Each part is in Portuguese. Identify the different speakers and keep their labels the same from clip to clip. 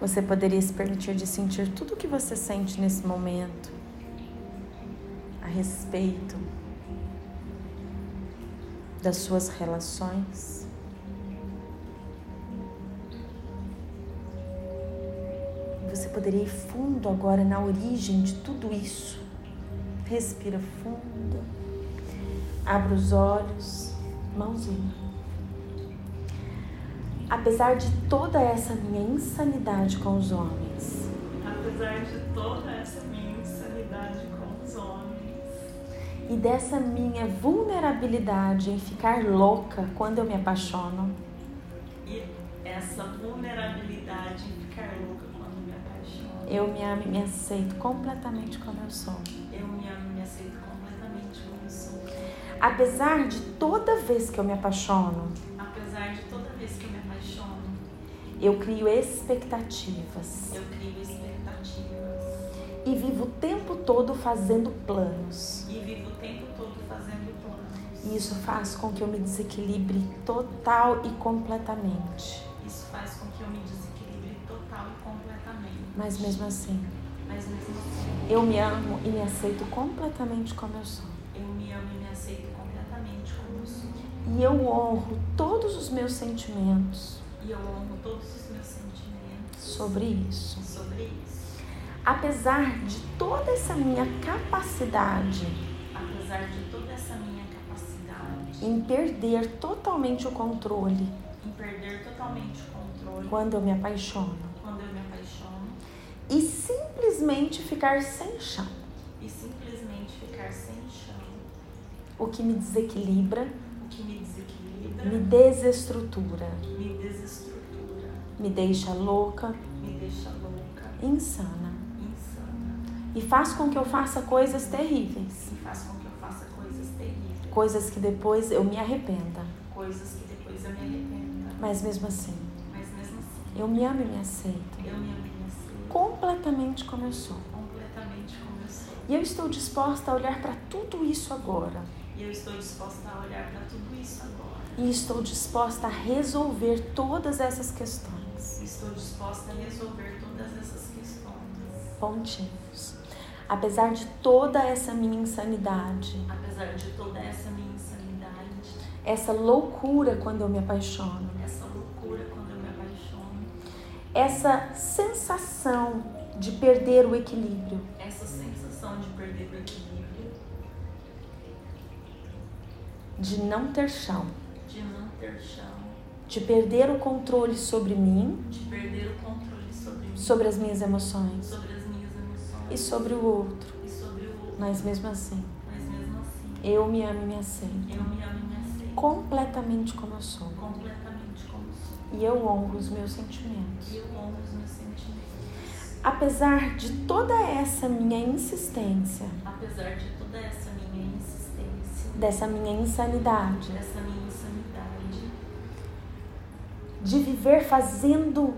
Speaker 1: Você poderia se permitir de sentir tudo o que você sente nesse momento a respeito das suas relações. Você poderia ir fundo agora na origem de tudo isso. Respira fundo. Abra os olhos, mãozinha. Apesar de toda essa minha insanidade com os homens,
Speaker 2: Apesar de toda essa minha insanidade com os homens
Speaker 1: e dessa minha vulnerabilidade em ficar louca quando eu me apaixono,
Speaker 2: e essa vulnerabilidade em ficar louca quando me apaixono,
Speaker 1: eu me amo e me aceito completamente como eu sou.
Speaker 2: eu me amo e me aceito completamente como sou.
Speaker 1: Apesar de toda vez que eu me apaixono,
Speaker 2: Apesar de toda vez que eu me apaixono,
Speaker 1: eu crio expectativas
Speaker 2: eu crio expectativas
Speaker 1: e vivo o tempo todo fazendo planos.
Speaker 2: e vivo o tempo todo fazendo planos.
Speaker 1: E isso faz com que eu me desequilibre total e completamente.
Speaker 2: Isso faz com que eu me desequilibre total e completamente.
Speaker 1: Mas mesmo assim,
Speaker 2: Mas mesmo assim,
Speaker 1: eu me amo e me aceito completamente como eu sou.
Speaker 2: eu me amo e me aceito completamente como eu sou.
Speaker 1: E eu honro todos os meus sentimentos
Speaker 2: E eu amo todos os meus sentimentos
Speaker 1: sobre isso.
Speaker 2: sobre isso.
Speaker 1: Apesar de toda essa minha capacidade
Speaker 2: Apesar de toda essa minha capacidade
Speaker 1: em perder totalmente o controle
Speaker 2: em perder totalmente o controle
Speaker 1: quando eu me apaixono
Speaker 2: quando eu me apaixono
Speaker 1: e simplesmente ficar sem chão,
Speaker 2: e simplesmente ficar sem chão,
Speaker 1: o que me desequilibra,
Speaker 2: o que me desequilibra,
Speaker 1: me desestrutura,
Speaker 2: me desestrutura,
Speaker 1: me deixa louca,
Speaker 2: me deixa louca,
Speaker 1: insana
Speaker 2: insana
Speaker 1: e faz com que eu faça coisas terríveis,
Speaker 2: e faz com que eu faça coisas terríveis,
Speaker 1: coisas que depois eu me arrependa.
Speaker 2: coisas que depois eu me arrependa.
Speaker 1: Mas mesmo assim,
Speaker 2: Mas mesmo assim,
Speaker 1: eu me amo e me aceito
Speaker 2: eu me amo e me aceito
Speaker 1: completamente como eu sou.
Speaker 2: completamente como eu sou.
Speaker 1: E eu estou disposta a olhar para tudo isso agora.
Speaker 2: E eu estou disposta a olhar para tudo isso agora.
Speaker 1: E estou disposta a resolver todas essas questões.
Speaker 2: Estou disposta a resolver todas essas questões.
Speaker 1: Pontinhos. Apesar de toda essa minha insanidade,
Speaker 2: Apesar de toda essa minha insanidade,
Speaker 1: essa loucura quando eu me apaixono,
Speaker 2: essa loucura quando eu me apaixono,
Speaker 1: essa sensação de perder o equilíbrio,
Speaker 2: essa sensação de perder o equilíbrio,
Speaker 1: de não ter chão,
Speaker 2: de não ter chão,
Speaker 1: de perder o controle sobre mim,
Speaker 2: de perder o controle sobre mim,
Speaker 1: sobre as minhas emoções
Speaker 2: sobre as minhas emoções
Speaker 1: e sobre o outro.
Speaker 2: e sobre o outro.
Speaker 1: Mas mesmo assim,
Speaker 2: Mas mesmo assim,
Speaker 1: eu me amo e me aceito
Speaker 2: eu me amo e me aceito
Speaker 1: completamente como eu sou.
Speaker 2: completamente como sou.
Speaker 1: E eu honro os meus sentimentos.
Speaker 2: E eu honro os meus sentimentos.
Speaker 1: Apesar de toda essa minha insistência,
Speaker 2: Apesar de toda essa minha insistência,
Speaker 1: dessa minha insanidade,
Speaker 2: dessa minha insanidade,
Speaker 1: de viver fazendo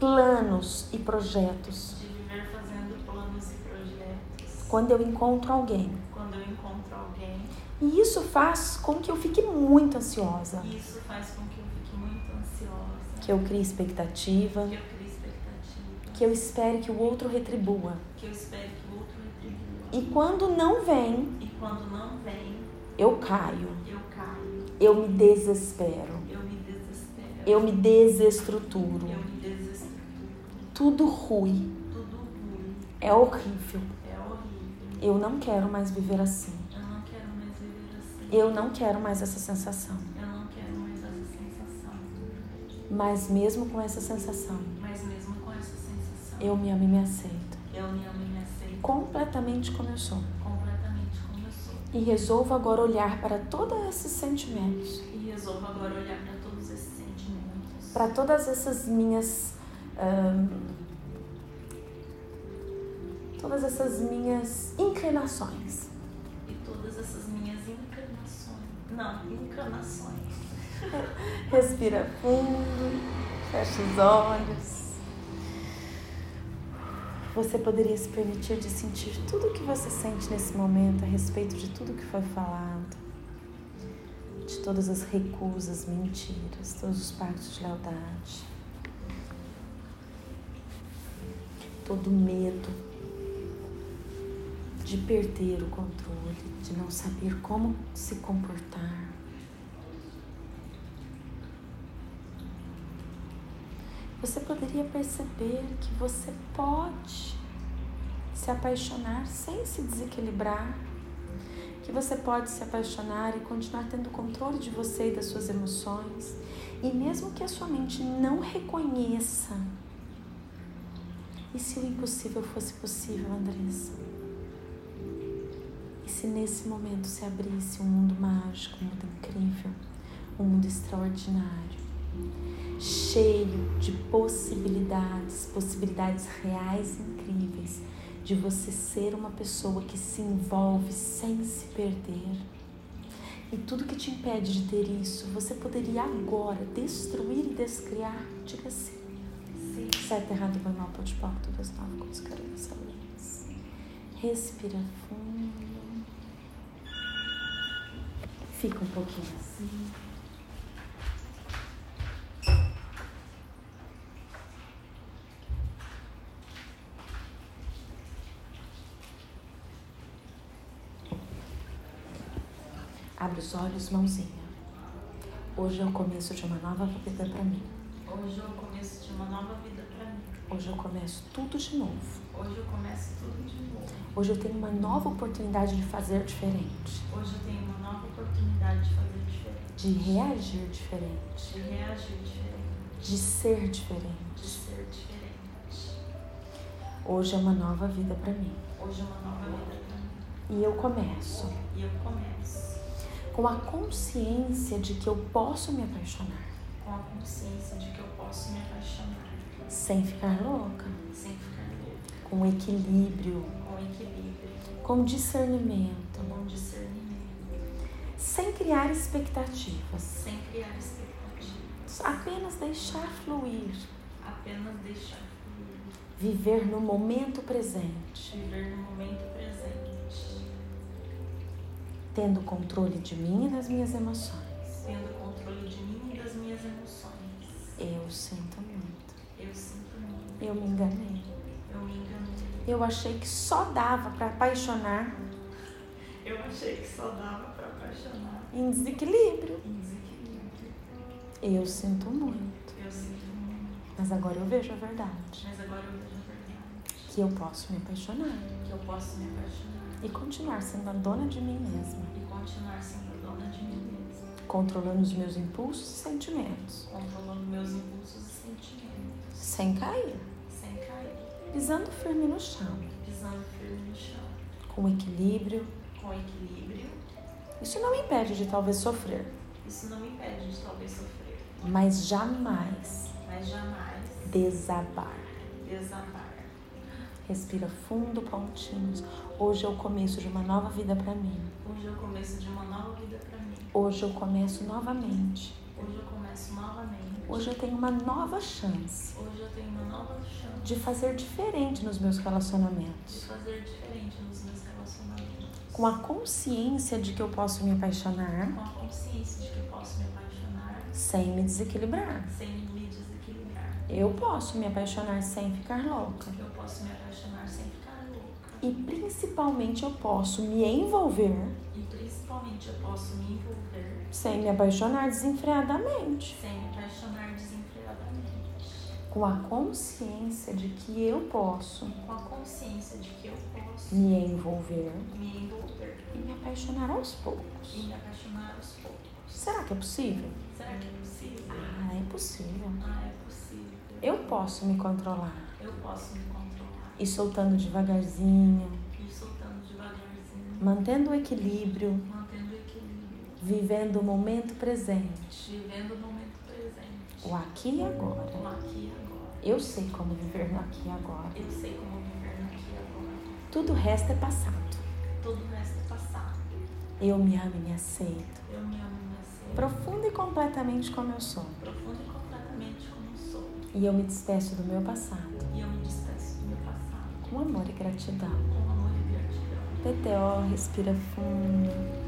Speaker 1: planos e projetos,
Speaker 2: de viver fazendo planos e projetos,
Speaker 1: quando eu encontro alguém.
Speaker 2: quando eu encontro alguém,
Speaker 1: E isso faz com que eu fique muito ansiosa,
Speaker 2: E Isso faz com que eu fique muito ansiosa,
Speaker 1: que eu crie expectativa,
Speaker 2: que eu crie expectativa,
Speaker 1: que eu espere que o outro retribua.
Speaker 2: que eu espero que o outro retribua.
Speaker 1: E quando não vem,
Speaker 2: E quando não vem,
Speaker 1: eu caio,
Speaker 2: eu caio,
Speaker 1: eu me desespero,
Speaker 2: eu me desespero,
Speaker 1: eu me desestruturo,
Speaker 2: eu me desestruturo,
Speaker 1: tudo ruim,
Speaker 2: tudo ruim,
Speaker 1: é horrível.
Speaker 2: é horrível.
Speaker 1: Eu não quero mais viver assim.
Speaker 2: Eu não quero mais viver assim,
Speaker 1: Eu não quero mais essa sensação.
Speaker 2: eu não quero mais essa sensação.
Speaker 1: Mas mesmo com essa sensação,
Speaker 2: Mas mesmo com essa sensação,
Speaker 1: eu me amo e me aceito
Speaker 2: eu me amo e me aceito
Speaker 1: completamente como eu sou.
Speaker 2: completamente como eu sou.
Speaker 1: E resolvo agora olhar para todos esses sentimentos,
Speaker 2: E resolvo agora olhar para todos esses sentimentos,
Speaker 1: para todas essas minhas. ahn, todas essas minhas inclinações.
Speaker 2: e todas essas minhas encarnações. Não, encarnações.
Speaker 1: Respira fundo, fecha os olhos. Você poderia se permitir de sentir tudo o que você sente nesse momento a respeito de tudo que foi falado, de todas as recusas, mentiras, todos os pactos de lealdade. todo medo de perder o controle, de não saber como se comportar. Você poderia perceber que você pode se apaixonar sem se desequilibrar, que você pode se apaixonar e continuar tendo controle de você e das suas emoções, e mesmo que a sua mente não reconheça. E se o impossível fosse possível, Andressa? E se nesse momento se abrisse um mundo mágico, um mundo incrível, um mundo extraordinário, cheio de possibilidades, possibilidades reais e incríveis de você ser uma pessoa que se envolve sem se perder. E tudo que te impede de ter isso, você poderia agora destruir e descriar. Diga assim. Sim. Sete errado foi mal, pode pau, todas nove com os caras Respira fundo. Fica um pouquinho assim. Abre os olhos, mãozinha. Hoje é o começo de uma nova vida para mim.
Speaker 2: Hoje é o começo de uma nova vida pra mim.
Speaker 1: Hoje eu começo tudo de novo.
Speaker 2: Hoje eu começo tudo de novo.
Speaker 1: Hoje eu tenho uma nova oportunidade de fazer diferente,
Speaker 2: Hoje eu tenho uma nova oportunidade de fazer diferente.
Speaker 1: de reagir diferente,
Speaker 2: De reagir diferente.
Speaker 1: de ser diferente.
Speaker 2: De ser diferente.
Speaker 1: Hoje é uma nova vida para mim.
Speaker 2: Hoje é uma nova vida pra mim.
Speaker 1: E eu começo
Speaker 2: E eu começo
Speaker 1: com a consciência de que eu posso me apaixonar
Speaker 2: com a consciência de que eu posso me apaixonar.
Speaker 1: sem ficar louca,
Speaker 2: Sem ficar louco.
Speaker 1: com equilíbrio,
Speaker 2: Com equilíbrio.
Speaker 1: com discernimento,
Speaker 2: Com bom discernimento.
Speaker 1: sem criar expectativas,
Speaker 2: Sem criar expectativa.
Speaker 1: apenas deixar fluir,
Speaker 2: Apenas deixar fluir.
Speaker 1: viver no momento presente,
Speaker 2: Viver no momento presente.
Speaker 1: tendo controle de mim e das minhas emoções.
Speaker 2: Tendo controle de mim e das minhas emoções.
Speaker 1: Eu sinto muito.
Speaker 2: Eu sinto muito.
Speaker 1: Eu me enganei.
Speaker 2: Eu me enganei.
Speaker 1: Eu achei que só dava para apaixonar
Speaker 2: Eu achei que só dava pra apaixonar
Speaker 1: em desequilíbrio.
Speaker 2: em desequilíbrio.
Speaker 1: Eu sinto muito.
Speaker 2: Eu sinto muito,
Speaker 1: Mas agora eu vejo a verdade.
Speaker 2: mas agora eu vejo a verdade.
Speaker 1: Que eu posso me apaixonar
Speaker 2: Que eu posso me apaixonar
Speaker 1: e continuar sendo a dona de mim mesma,
Speaker 2: e continuar sendo a dona de mim mesma,
Speaker 1: controlando os meus impulsos e sentimentos,
Speaker 2: controlando meus impulsos e sentimentos,
Speaker 1: sem cair,
Speaker 2: sem cair,
Speaker 1: pisando firme no chão,
Speaker 2: pisando firme no chão,
Speaker 1: com equilíbrio.
Speaker 2: com equilíbrio.
Speaker 1: Isso não me impede de talvez sofrer,
Speaker 2: Isso não me impede de talvez sofrer,
Speaker 1: mas jamais
Speaker 2: mas jamais
Speaker 1: desabar.
Speaker 2: desamar.
Speaker 1: Respira fundo, pontinhos. Hoje é o começo de uma nova vida para mim.
Speaker 2: Hoje é o começo de uma nova vida pra mim.
Speaker 1: Hoje eu começo novamente.
Speaker 2: Hoje eu começo novamente.
Speaker 1: Hoje eu tenho uma nova chance
Speaker 2: Hoje eu tenho uma nova chance
Speaker 1: de fazer diferente nos meus
Speaker 2: de
Speaker 1: relacionamentos,
Speaker 2: fazer diferente nos meus relacionamentos.
Speaker 1: com a consciência de que eu posso me apaixonar
Speaker 2: com a consciência de que eu posso me apaixonar
Speaker 1: sem me desequilibrar.
Speaker 2: sem me desequilibrar.
Speaker 1: Eu posso me apaixonar sem ficar louca.
Speaker 2: Eu posso me apaixonar sem ficar louca.
Speaker 1: E principalmente eu posso me envolver
Speaker 2: E principalmente eu posso me envolver
Speaker 1: sem me apaixonar desenfreadamente,
Speaker 2: sem me apaixonar desenfreadamente.
Speaker 1: com a consciência de que eu posso
Speaker 2: Com a consciência de que eu posso
Speaker 1: me envolver
Speaker 2: me envolver
Speaker 1: e me apaixonar aos poucos.
Speaker 2: e me apaixonar aos poucos.
Speaker 1: Será que é possível?
Speaker 2: Será que é possível?
Speaker 1: Ah, é possível.
Speaker 2: Ah, é possível.
Speaker 1: Eu posso me controlar
Speaker 2: Eu posso me controlar.
Speaker 1: e soltando devagarzinho,
Speaker 2: Me soltando devagarzinho.
Speaker 1: mantendo o equilíbrio,
Speaker 2: Mantendo o equilíbrio.
Speaker 1: vivendo o momento presente,
Speaker 2: Vivendo o momento presente.
Speaker 1: o aqui e agora.
Speaker 2: O aqui e agora.
Speaker 1: Eu sei como viver no aqui e agora.
Speaker 2: Eu sei como viver no aqui e agora.
Speaker 1: Tudo o resto é passado.
Speaker 2: Todo o resto é passado.
Speaker 1: Eu me amo e me aceito,
Speaker 2: Eu me amo e me aceito.
Speaker 1: profunda e completamente como eu sou.
Speaker 2: Profundo e completamente como eu sou.
Speaker 1: E eu me despeço do meu passado,
Speaker 2: E eu me despeço do meu passado.
Speaker 1: com amor e gratidão.
Speaker 2: Com amor e gratidão.
Speaker 1: PTO, respira fundo.